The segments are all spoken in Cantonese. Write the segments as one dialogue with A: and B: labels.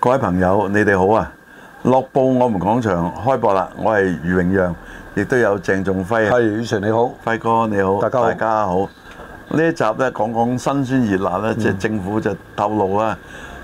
A: 各位朋友，你哋好啊！樂報我們講場開播啦，我係余榮讓，亦都有鄭仲輝啊
B: 係，。宇成你好，
A: 輝哥你好，
B: 大家好
A: 呢一集咧講講辛酸熱辣
B: 嗯
A: 咧，即係政府就透露啦，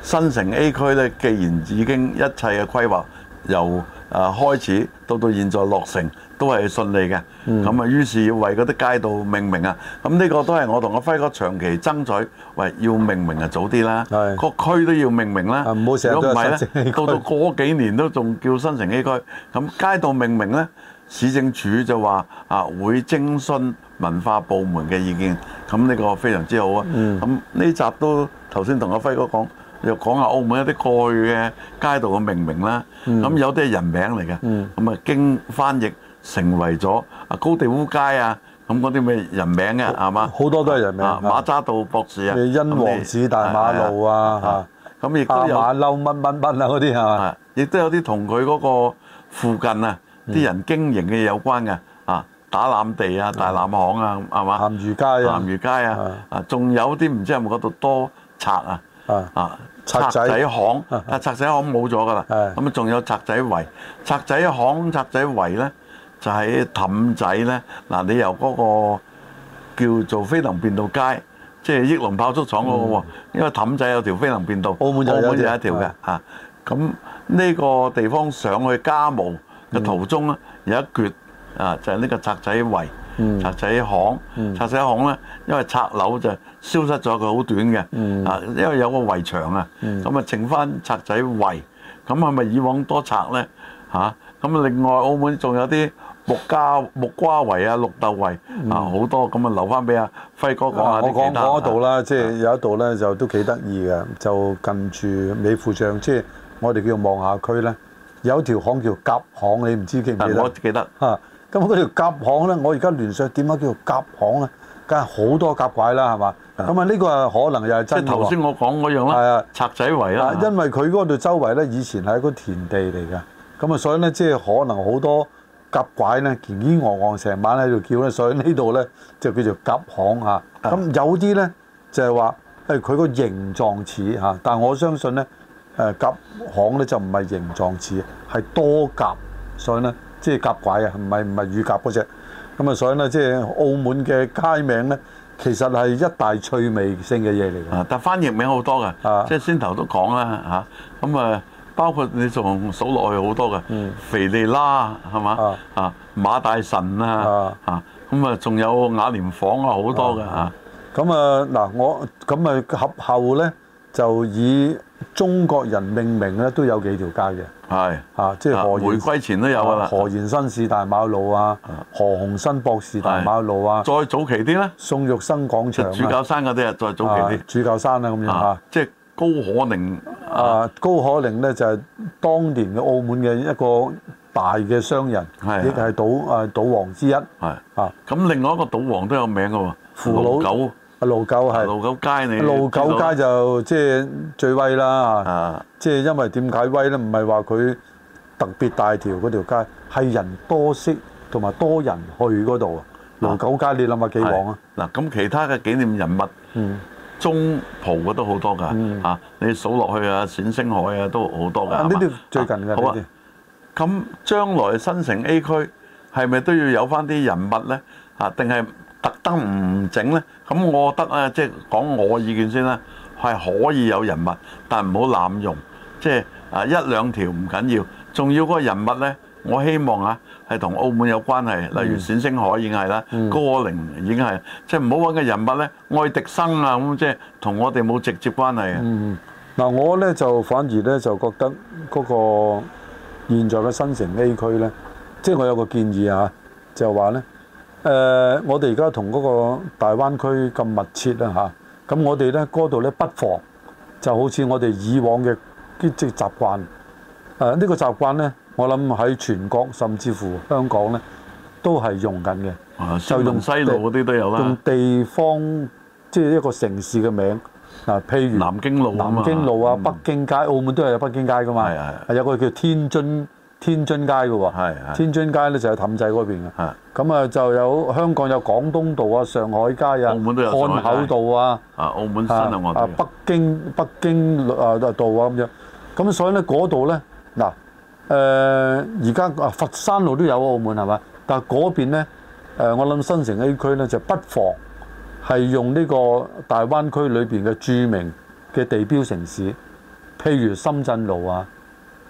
A: 新城 A 區咧，既然已經一切嘅規劃由啊開始到到現在落成都係順利嘅，咁啊、
B: 嗯
A: 於是要為嗰啲街道命名啊，咁呢個都係我同阿輝哥長期爭取，喂要命名啊早啲啦，
B: 係
A: 個區都要命名啦，
B: 啊唔好成日
A: 如
B: 都
A: 果
B: 係
A: 唔係
B: 新城
A: 咧，
B: A 區
A: 到到嗰幾年都仲叫新城 A 區，咁街道命名呢，市政署就話啊會徵詢文化部門嘅意見，咁呢個非常之好啊。
B: 嗯
A: 咁呢、集都頭先同阿輝哥講，又講下澳門一啲過去嘅街道嘅命名啦。
B: 嗯
A: 咁、有啲係人名嚟嘅，咁啊、經翻譯成為咗啊高地烏街啊，咁嗰啲咩人名嘅係嘛？
B: 好多都係人名
A: 啊
B: 啊
A: 馬渣道博士啊，
B: 你
A: 咁
B: 因
A: 你
B: 王子大馬路
A: 係
B: 啊，
A: 咁亦
B: 嚇大
A: 都有。
B: 馬騮乜乜乜啊嗰啲係嗯嘛？
A: 啊，亦都有啲同佢嗰個附近啊，啲人經營嘅有關嘅啊，打攬地啊、大攬巷啊，係嘛？
B: 嗯鹹魚街啊
A: 鹹，魚街啊，啊，仲有啲唔知係咪嗰度多賊啊？
B: 啊
A: 啊，
B: 賊仔
A: 賊仔巷啊，賊仔巷冇咗㗎啦，
B: 係
A: 咁啊仲有賊仔圍，賊仔巷、賊仔圍咧就喺氹仔咧，嗱你由嗰、個。叫做飛能便道街，即係益隆炮竹廠嗰個喎。因為氹仔有條飛能便道，
B: 嗯澳門就有一條
A: 有一條嘅
B: 啊
A: 嚇。咁呢個地方上去嘉模嘅途中咧，有一橛啊，就係呢個賊仔圍、
B: 嗯
A: 賊仔巷、
B: 嗯
A: 賊仔巷咧，因為拆樓就消失咗，佢好短
B: 嗯
A: 嘅啊，因為有個圍牆啊，
B: 嗯
A: 咁啊剩翻賊仔圍。咁係咪以往多賊咧嚇？咁另外澳門仲有啲木瓜木瓜圍啊、綠豆圍啊，好多咁啊，留翻俾阿輝哥講
B: 啊
A: 下啲
B: 我講
A: 其他。
B: 講一度
A: 啊
B: 啦，即係有一度咧就都幾得意嘅，就近住美副將，即係我哋叫望下區咧，有一條巷叫甲巷，你唔知記唔
A: 啊，
B: 記
A: 我
B: 得？
A: 記得
B: 嚇！咁嗰條甲巷咧，我而家聯想點解叫做甲巷咧？梗係好多甲拐啦，係嘛？咁啊，呢個啊可能又係
A: 即係
B: 真嘅
A: 頭
B: 喎
A: 先。我講嗰樣
B: 係
A: 啦
B: 啊，
A: 賊仔圍
B: 啊
A: 啦，，
B: 因為佢嗰度周圍咧以前係一個田地嚟嘅，咁啊所以咧即係可能好多夾拐咧，健健昂昂成晚喺度叫咧，所以呢度咧就叫做夾巷嚇。咁有啲咧就係話誒佢個形狀似嚇，但我相信咧誒夾巷咧就唔係形狀似，係多夾，所以咧即係夾拐啊，唔係唔係乳鴿嗰只。咁啊所以咧即係澳門嘅街名咧，其實係一大趣味性嘅嘢嚟嘅。
A: 啊，但翻譯名好多
B: 啊
A: 嘅，即係先頭都講啦嚇。咁啊，包括你仲數落去好多嘅
B: 嗯，
A: 肥利拉係嘛啊，馬大神啊啊，咁啊仲有雅廉房啊，好多嘅啊。
B: 咁啊嗱，我咁啊合後咧就以中國人命名咧都有幾條街嘅
A: 係
B: 嚇、啊即係
A: 啊
B: 何
A: 回
B: 賢啊
A: 歸啊前都有㗎啦。
B: 何賢新市大馬路啊，何鴻燊博士大馬路啊，
A: 再早期啲咧，
B: 宋玉生廣
A: 就
B: 場
A: 主教山嗰啲啊，再
B: 啊
A: 早期
B: 啊主教山啊咁樣
A: 啲
B: 嚇。
A: 啊，即係高可寧啊，
B: 啊，高可寧咧就係、當年嘅澳門嘅一個大嘅商人，
A: 係
B: 亦係賭啊賭王之一啊。
A: 係咁另外一個賭王都有名嘅喎，
B: 父啊老
A: 盧九
B: 盧九係
A: 盧九街你
B: 盧九街
A: 知
B: 就即係最威啦
A: 道啊，
B: 即係因為點解威咧？唔係話佢特別大條嗰條街，係人多識同埋多人去嗰度啊。
A: 啊
B: 盧九街你諗下幾旺啊？
A: 係嗱，咁其他嘅紀念人物
B: 嗯，
A: 中葡嘅都好多㗎
B: 嗯
A: 嚇，你數落去啊，冼星海啊都好多㗎。係
B: 啊呢
A: 嘛
B: 啲最近嘅
A: 啊
B: 呢
A: 好啊
B: 啲，
A: 咁將來新城 A 區係咪都要有翻啲人物呢？啊，定係特登唔整呢？咁我覺得咧，即係講我意見先啦，係可以有人物，但唔好濫用，即係啊一兩條唔緊要，仲要嗰個人物呢，我希望啊係同澳門有關係，例如冼星海已經係啦，
B: 嗯
A: 高可寧已經係，即係唔好揾個人物呢，愛迪生啊咁，即係同我哋冇直接關係嘅。
B: 嗯，嗱我咧就反而咧就覺得嗰個現在嘅新城 A 區咧，即係我有個建議啊，就話咧，誒、我哋而家同嗰個大灣區咁密切啦嚇，咁、我哋咧嗰度咧不妨就好似我哋以往嘅即係習慣，誒、呃呢、個習慣咧，我諗喺全國甚至乎香港咧都係用緊嘅。
A: 啊，就用西路嗰啲都有啦
B: 用，地方即係一個城市嘅名嗱，譬如
A: 南京路啊嘛
B: 南京路啊、
A: 嗯
B: 北京街、澳門都係有北京街噶嘛，
A: 係係
B: 有個叫天津天津街嘅喎，
A: 係係
B: 天津街咧就係氹仔嗰邊嘅，
A: 啊
B: 咁啊就有香港有廣東道啊、上海街啊、
A: 澳門都有上海街
B: 漢口道啊。
A: 啊，澳門新
B: 啊
A: 啊，我哋。
B: 啊呃北京北京啊道啊咁樣，咁所以咧嗰度咧嗱誒，而家啊佛山路都有啊澳門係咪？但係嗰邊咧誒，我諗新城 A 區咧就不妨係用呢個大灣區裏邊嘅著名嘅地標城市，譬如深圳路啊，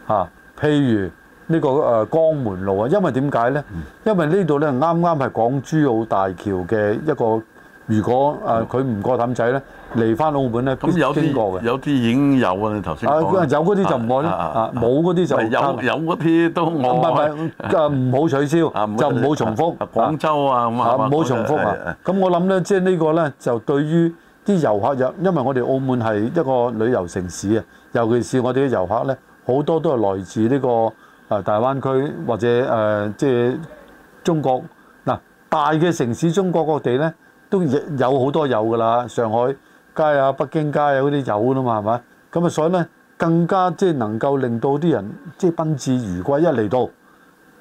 B: 嚇、譬如呢、個誒、呃江門路啊，因為點解咧？
A: 嗯
B: 因為呢度咧啱啱係港珠澳大橋嘅一個。如果誒佢唔過氹仔咧，嚟翻澳門咧，
A: 嗯
B: 必
A: 咁有
B: 經過嘅
A: 啲。有啲已經有啊！你頭先
B: 啊，
A: 講啦
B: 有嗰啲就唔愛啦，
A: 啊啊
B: 啊
A: 啊
B: 冇嗰啲就
A: 喂有
B: 啊
A: 有嗰啲都
B: 唔
A: 我
B: 係唔係，啊唔好取消，
A: 啊唔好
B: 就唔好重複
A: 啊。廣州啊咁
B: 啊
A: 係嘛
B: 唔好重複
A: 係
B: 啊
A: 係。
B: 咁我諗咧，即係呢個咧就對於啲遊客入，因為我哋澳門係一個旅遊城市啊，尤其是我哋嘅遊客咧，好多都係來自呢個誒大灣區或者誒即係中國嗱大嘅城市，中國各地咧都有好多有㗎啦，上海街啊、北京街啊嗰啲有啦嘛，係咪？咁啊，所以咧更加即係能夠令到啲人即係賓至如歸，一嚟到。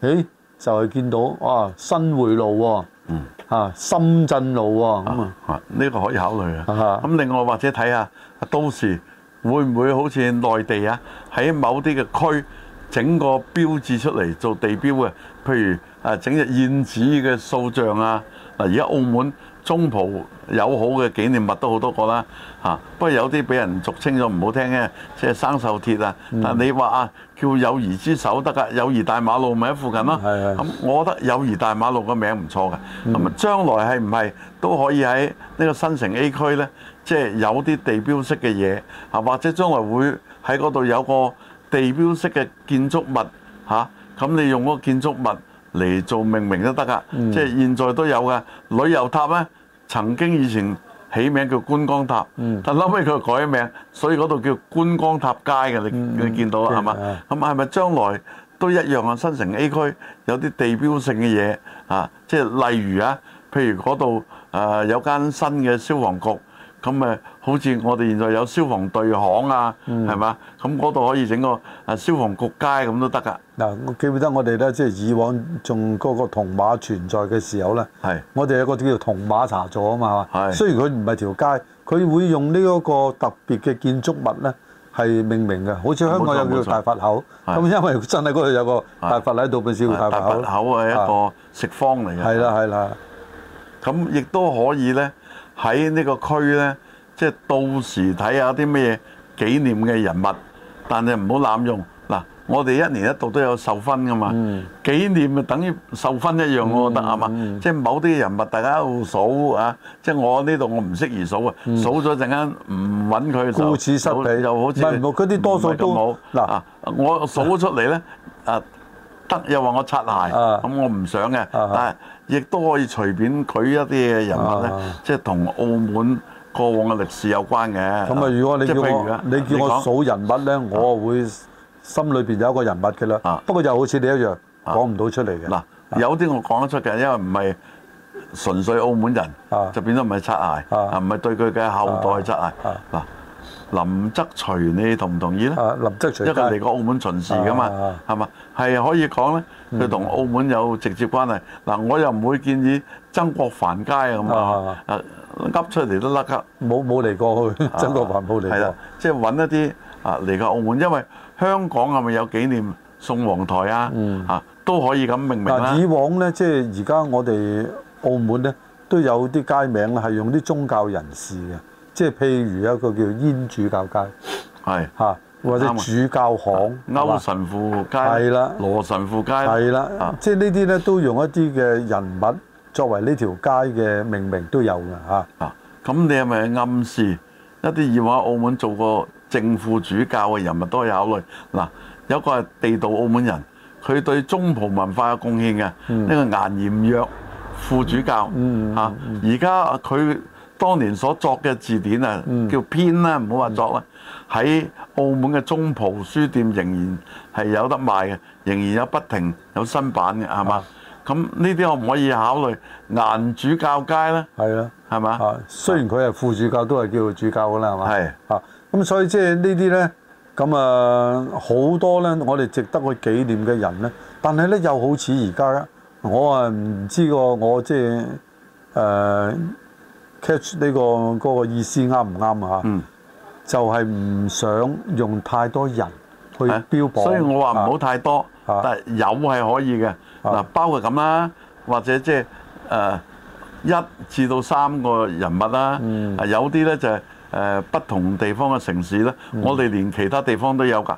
B: 誒就係見到啊新匯路喎、
A: 嗯
B: 啊深圳路喎咁啊，
A: 啊呢個可以考慮啊。
B: 啊
A: 咁另外或者睇下到時會唔會好似內地啊，喺某啲嘅區整個標誌出嚟做地標嘅，譬如啊整隻燕子嘅塑像啊。嗱，而家澳門中葡友好嘅紀念物都好多個啦，嚇、不過有啲俾人俗稱咗唔好聽嘅，即係生鏽鐵啊。但你話啊，叫友誼之手得㗎，友誼大馬路咪喺附近咯。
B: 係係
A: 咁我覺得友誼大馬路個名唔錯嘅。咁啊，將來係唔係都可以喺呢個新城 A 區呢？即係有啲地標式嘅嘢啊，或者將來會喺嗰度有個地標式嘅建築物嚇，咁、你用嗰個建築物嚟做命名都得㗎。即係現在都有嘅旅遊塔呢，曾經以前起名叫觀光塔，但後尾佢改名，所以嗰度叫觀光塔街嘅。你、你見到啦啊係嘛？
B: 嗯
A: 咁係咪將來都一樣啊？新城 A 區有啲地標性嘅嘢啊，即係例如啊，譬如嗰度誒有間新嘅消防局，咁誒好似我哋現在有消防隊巷啊，
B: 嗯
A: 係嘛、咁嗰度可以整個誒消防局街咁都得㗎，
B: 嗱，我記唔記得我哋咧即係以往仲嗰個銅馬存在嘅時候咧，
A: 係
B: 我哋有個叫做銅馬茶座啊嘛，係嘛？
A: 係
B: 雖然佢唔係條街，佢會用呢一個特別嘅建築物咧係命名嘅，好似香港有
A: 冇錯
B: 個
A: 冇錯
B: 叫大佛口，
A: 係
B: 咁因為真係嗰度有個大佛喺度，咪叫
A: 大
B: 大佛
A: 佛
B: 口。
A: 口係
B: 啊
A: 一個食坊嚟嘅。
B: 係啦係啦，
A: 咁亦都可以呢，喺呢個區呢，即係到時睇下啲咩嘢紀念嘅人物，但係唔好濫用。嗱，我哋一年一度都有授勳噶嘛，
B: 嗯
A: 紀念咪等於授勳一樣，我覺得係嘛？即係某啲人物大家喺度數啊，即係我呢度我唔適宜數啊，數咗陣間唔揾佢嘅時候，
B: 嗯顧此失彼
A: 就就好似
B: 唔係唔係嗰啲多數都
A: 唔係咁
B: 嗱
A: 好啊，我數咗出嚟呢。啊得又話我擦鞋，
B: 啊
A: 咁我唔想嘅，
B: 啊
A: 但係亦都可以隨便舉一啲嘅人物咧
B: 啊，
A: 即係同澳門過往嘅歷史有關嘅。
B: 咁啊！如果你
A: 即係
B: 叫
A: 譬如
B: 我
A: 啊
B: 你叫我
A: 講
B: 數人物咧，我會心裏邊有一個人物嘅啦
A: 啊。
B: 不過就好似你一樣，講唔到出嚟嘅。
A: 嗱，有啲我講得出嘅，因為唔係純粹澳門人
B: 啊，
A: 就變咗唔係擦鞋，
B: 啊
A: 啊唔係對佢嘅後代擦鞋
B: 啊。
A: 嗱，林則徐你同唔同意咧？
B: 啊，林則徐
A: 一個嚟
B: 街
A: 過澳門巡視噶
B: 啊
A: 嘛
B: 啊，嗯
A: 係嘛？係可以講咧，佢同澳門有直接關係。嗱，我又唔會建議曾國藩街啊咁啊，誒噏出嚟都甩㗎。
B: 冇冇嚟過去， 曾國藩冇嚟
A: 啊係啦
B: 過。，
A: 即係揾一啲啊嚟個澳門，因為香港係咪有紀念宋皇台啊？啊都可以咁命名啦
B: 嗯嗱，。以往咧，即係而家我哋澳門咧都有啲街名咧係用啲宗教人士嘅，即係譬如有一個叫煙主教街
A: 係
B: 嚇，或者
A: 啱啊
B: 主教巷係嘛
A: 歐神父街、
B: 係啦
A: 羅神父街，
B: 係啦
A: 啊，
B: 即係呢啲咧都用一啲嘅人物作為呢條街嘅命名都有嘅嚇。
A: 啊，咁你係咪暗示一啲以往喺澳門做過正副主教嘅人物都可以考慮？嗱、有一個係地道澳門人，佢對中葡文化有貢獻嘅，呢、個顏炎若副主教嚇。而家佢當年所作嘅字典啊，叫編啦，唔好話作啦。喺澳門嘅中葡書店仍然係有得賣嘅，仍然有不停有新版嘅，係嘛？咁呢啲可唔可以考慮顏主教街呢？
B: 係啦，
A: 係嘛？
B: 啊，雖然佢係副主教，都係叫做主教噶啦，係嘛？
A: 係
B: 啊，咁所以即係呢啲咧，咁啊好多咧，我哋值得去紀念嘅人咧，但係咧又好似而家，我啊唔知個我即係誒 catch 呢個嗰個意思啱唔啱啊？
A: 嗯，
B: 就係唔想用太多人去標
A: 啊
B: 榜。
A: 所以我話唔好太多，
B: 啊
A: 但係有係可以嘅。嗱、包括咁啦，或者即係誒一至到三個人物啦。啊有啲咧就係、誒不同地方嘅城市咧，我哋連其他地方都有㗎。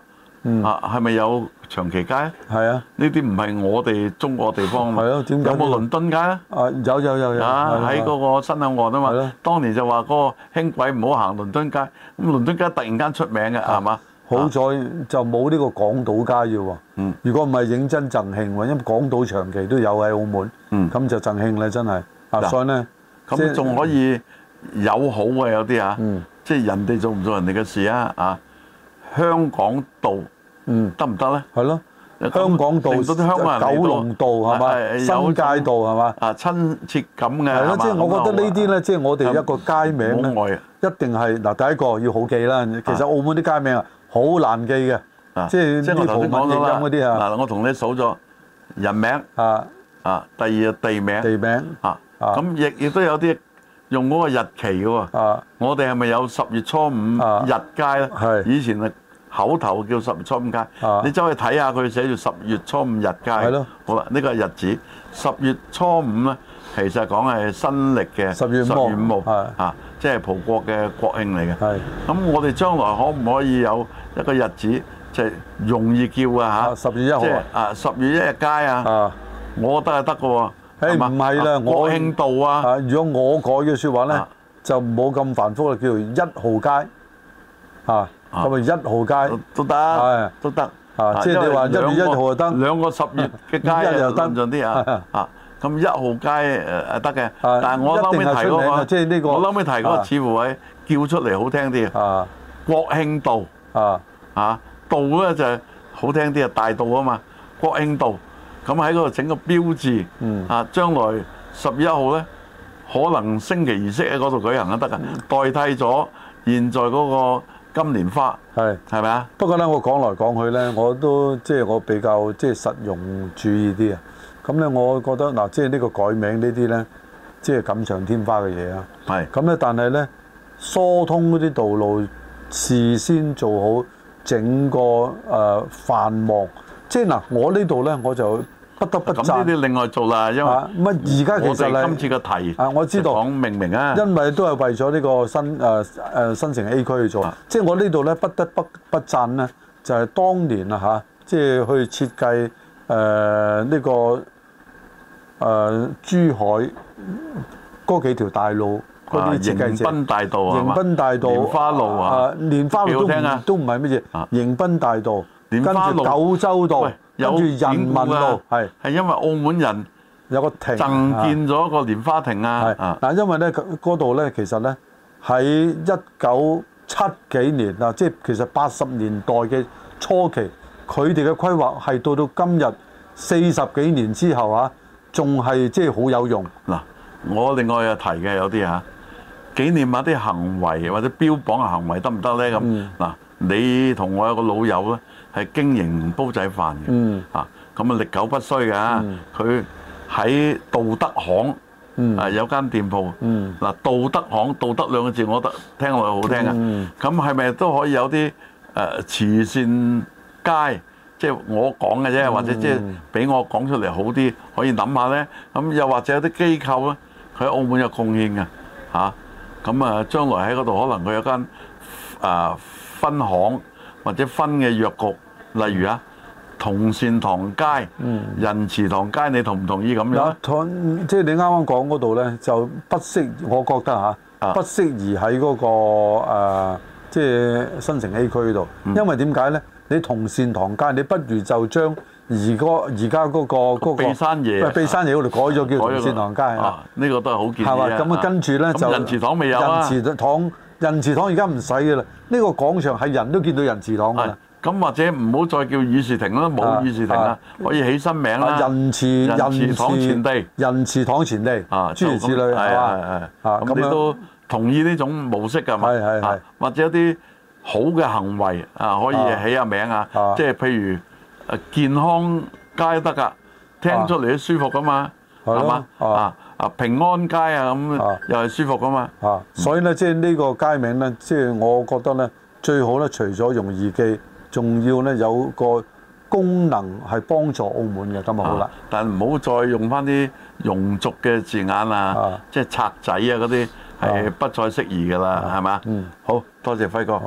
A: 啊，係咪有長期街？呢
B: 係啊，
A: 啲唔係我哋中國地方啊嘛
B: 係咯點解
A: 有
B: 呢個
A: 冇倫敦街咧？
B: 啊有有有有
A: 啊！
B: 係
A: 喺
B: 係
A: 嗰個新口岸啊
B: 係
A: 嘛
B: 咯，
A: 當年就話嗰個輕軌唔好行倫敦街，咁倫敦街突然間出名嘅係嘛？
B: 好彩就冇呢個港島街要喎。
A: 嗯
B: 如果唔係認真贈慶喎，因為港島長期都有喺澳門，咁、
A: 嗯
B: 就贈慶啦，真係。啊，
A: 嗱
B: 所以咧，即
A: 咁
B: 係
A: 仲可以友好嘅有啲啊
B: 嗯，
A: 即係人哋做唔做人哋嘅事啊啊！香港道
B: 嗯
A: 得唔得咧？
B: 係咯，
A: 咁
B: 香港道、
A: 令到啲香港人嚟到
B: 九龍道係嘛
A: 係，係
B: 新
A: 有
B: 界道係嘛，
A: 啊，親切感嘅
B: 係
A: 係
B: 咯，
A: 嘛
B: 即係我覺得呢啲
A: 咁
B: 咧，即係我哋一個街
A: 好啊
B: 名
A: 唔好
B: 咧，
A: 愛啊
B: 一定係嗱第一個要好記啦。其實澳門啲街名啊，好難記嘅
A: 啊！，
B: 即係
A: 我
B: 啲葡
A: 頭先
B: 文
A: 講
B: 譯音
A: 到
B: 嗰啲啊，
A: 啦，嗱，我同你數咗人名
B: 啊
A: 啊，第二就地名
B: 地名
A: 啊，
B: 啊
A: 咁亦亦都有啲用嗰個日期嘅喎。
B: 啊
A: 我哋係咪有十月初五
B: 啊
A: 日街咧？
B: 係
A: 以前啊口頭叫十月初五街
B: 啊，
A: 你走去睇下佢寫住十月初五日街。
B: 係咯，
A: 好啦，呢個係日子。十月初五咧，其實講係新歷嘅
B: 十月五號
A: 五號
B: 係
A: 啊，即係葡國嘅國慶嚟嘅。
B: 係
A: 咁我哋將來可唔可以有一個日子就係容易叫啊嚇？
B: 啊十月一號
A: 即係
B: 啊
A: 啊，十月一日街啊，
B: 啊。
A: 我覺得係得嘅喎。
B: 誒
A: 嘛
B: 唔係啦
A: 啊
B: 我
A: 國慶道啊。
B: 啊，如果我改嘅説話咧
A: 啊，
B: 就冇咁繁複啦，叫做一號街啊，咁啊一號街
A: 都得
B: 係，
A: 都得
B: 啊即係你話
A: 因為
B: 1月
A: 兩個
B: 1號就得
A: 兩個十月嘅街
B: 一又得
A: 論盡啲啊啊！咁一號街誒誒得嘅，但係我
B: 一
A: 後
B: 定
A: 尾提
B: 係出名
A: 嗰個，
B: 嘅即係呢個
A: 我後尾提嗰個
B: 啊
A: 似乎係叫出嚟好聽啲嘅，
B: 啊
A: 國慶道
B: 啊
A: 啊，道咧就係好聽啲啊，大道啊嘛，國慶道咁喺嗰度整個標誌
B: 嗯
A: 啊，將來十一號咧可能升旗儀式喺嗰度舉行都得嘅，代替咗現在嗰個金蓮花
B: 係。
A: 係咪啊？
B: 不過咧，我講來講去咧，我都即係我比較即係實用主義啲啊。咁咧，我覺得嗱，即係呢個改名呢啲咧，即係錦上添花嘅嘢啊。
A: 係。
B: 咁咧，但係咧，疏通嗰啲道路，事先做好整個誒、呃、繁忙。即係嗱，我呢度咧，我就不得不
A: 咁呢
B: 讚
A: 啲另外做啦，因為
B: 啊！乜而家
A: 我
B: 其實
A: 哋
B: 咧
A: 今，次個題
B: 啊我知道
A: 就講命名啊，
B: 因為都係為咗呢個新誒誒、呃新城 A 區去做
A: 啊，
B: 即係我呢度咧不得不不讚咧，就係、當年啊嚇，即係去設計誒呢、個誒、呃珠海嗰幾條大路嗰
A: 啊
B: 啲設計
A: 迎
B: 者。
A: 賓大道啊
B: 迎
A: 嘛，
B: 賓大道、
A: 蓮花路啊，
B: 蓮花路都
A: 幾好聽
B: 唔
A: 啊
B: 都唔係乜
A: 啊
B: 嘢，迎賓大道，跟
A: 蓮花路
B: 住九州道
A: 喂，
B: 哦跟
A: 有
B: 住人
A: 典
B: 民
A: 故
B: 路
A: 啊，
B: 係
A: 係因為澳門人
B: 有個亭，
A: 贈建咗個蓮花亭啊
B: 係，
A: 啊
B: 嗱，因為咧佢嗰度咧其實咧喺一九七幾年啊，即係其實八十年代嘅初期，佢哋嘅規劃係到到今日四十幾年之後啊，仲係即係好有用。
A: 嗱，我另外有提嘅有啲啊嚇，紀念下啲行為或者標榜嘅行為得唔得咧？
B: 嗯
A: 咁嗱，你同我有個老友咧，係經營煲仔飯嘅
B: 嗯，
A: 啊，咁啊歷久不衰㗎，佢喺道德巷。
B: 嗯
A: 啊有間店鋪，
B: 嗯
A: 嗱道德行道德兩個字，我覺得聽落去好聽
B: 嗯
A: 啊。咁係咪都可以有啲誒、呃慈善街？即係我講嘅啫，
B: 嗯
A: 或者即係俾我講出嚟好啲，可以諗下咧。咁又或者有啲機構咧，佢喺澳門有貢獻嘅嚇。咁啊，將來喺嗰度可能佢有間啊分行或者分嘅藥局，例如啊同善堂街、
B: 嗯
A: 仁慈堂街，你同唔同意咁樣
B: 嗱
A: 呢，
B: 同即係你啱啱講嗰度咧，就不適，我覺得嚇、
A: 啊
B: 不適宜喺嗰、個、呃、即係新城 A 區嗰度，
A: 嗯
B: 因為點解咧？你同善堂街，你不如就將而個而家嗰個嗰個
A: 避山爺
B: 喂避山爺嗰度改咗叫
A: 改咗
B: 同
A: 個
B: 善堂街啊，
A: 啊，呢個都係好建
B: 係
A: 議
B: 嘛？
A: 啊
B: 咁啊，跟住咧
A: 咁
B: 就
A: 仁慈堂未有啊？
B: 仁慈堂仁慈堂而家唔使噶啦，呢個廣場係人都見到仁慈堂噶
A: 係啊
B: 啦。
A: 咁或者唔好再叫議事亭啦，冇
B: 啊
A: 議事亭啦
B: 啊，
A: 可以起新名啦。
B: 仁慈
A: 仁慈堂前地
B: 仁慈堂前地
A: 啊，
B: 諸如
A: 就
B: 此
A: 咁係
B: 類係嘛
A: 啊？係
B: 啊
A: 啊咁你
B: 樣
A: 都同意呢種模式㗎嘛？
B: 係係係
A: 啊或者一啲好嘅行為啊，可以
B: 啊
A: 起下名啊
B: 啊，
A: 即係譬如誒呃健康街得㗎，聽出嚟都舒服㗎嘛，
B: 係咯
A: 係嘛？
B: 啊
A: 啊啊平安街啊咁
B: 啊
A: 又係舒服㗎嘛。
B: 啊，所以咧，即係呢個街名咧，即係我覺得咧，最好咧，除咗容易記，仲要咧有個功能係幫助澳門嘅，咁啊好啦
A: 啊。但唔好再用翻啲庸俗嘅字眼啊
B: 啊，啊嗯
A: 即係賊仔啊嗰啲係不再適宜㗎啦，係嘛？好多謝輝哥。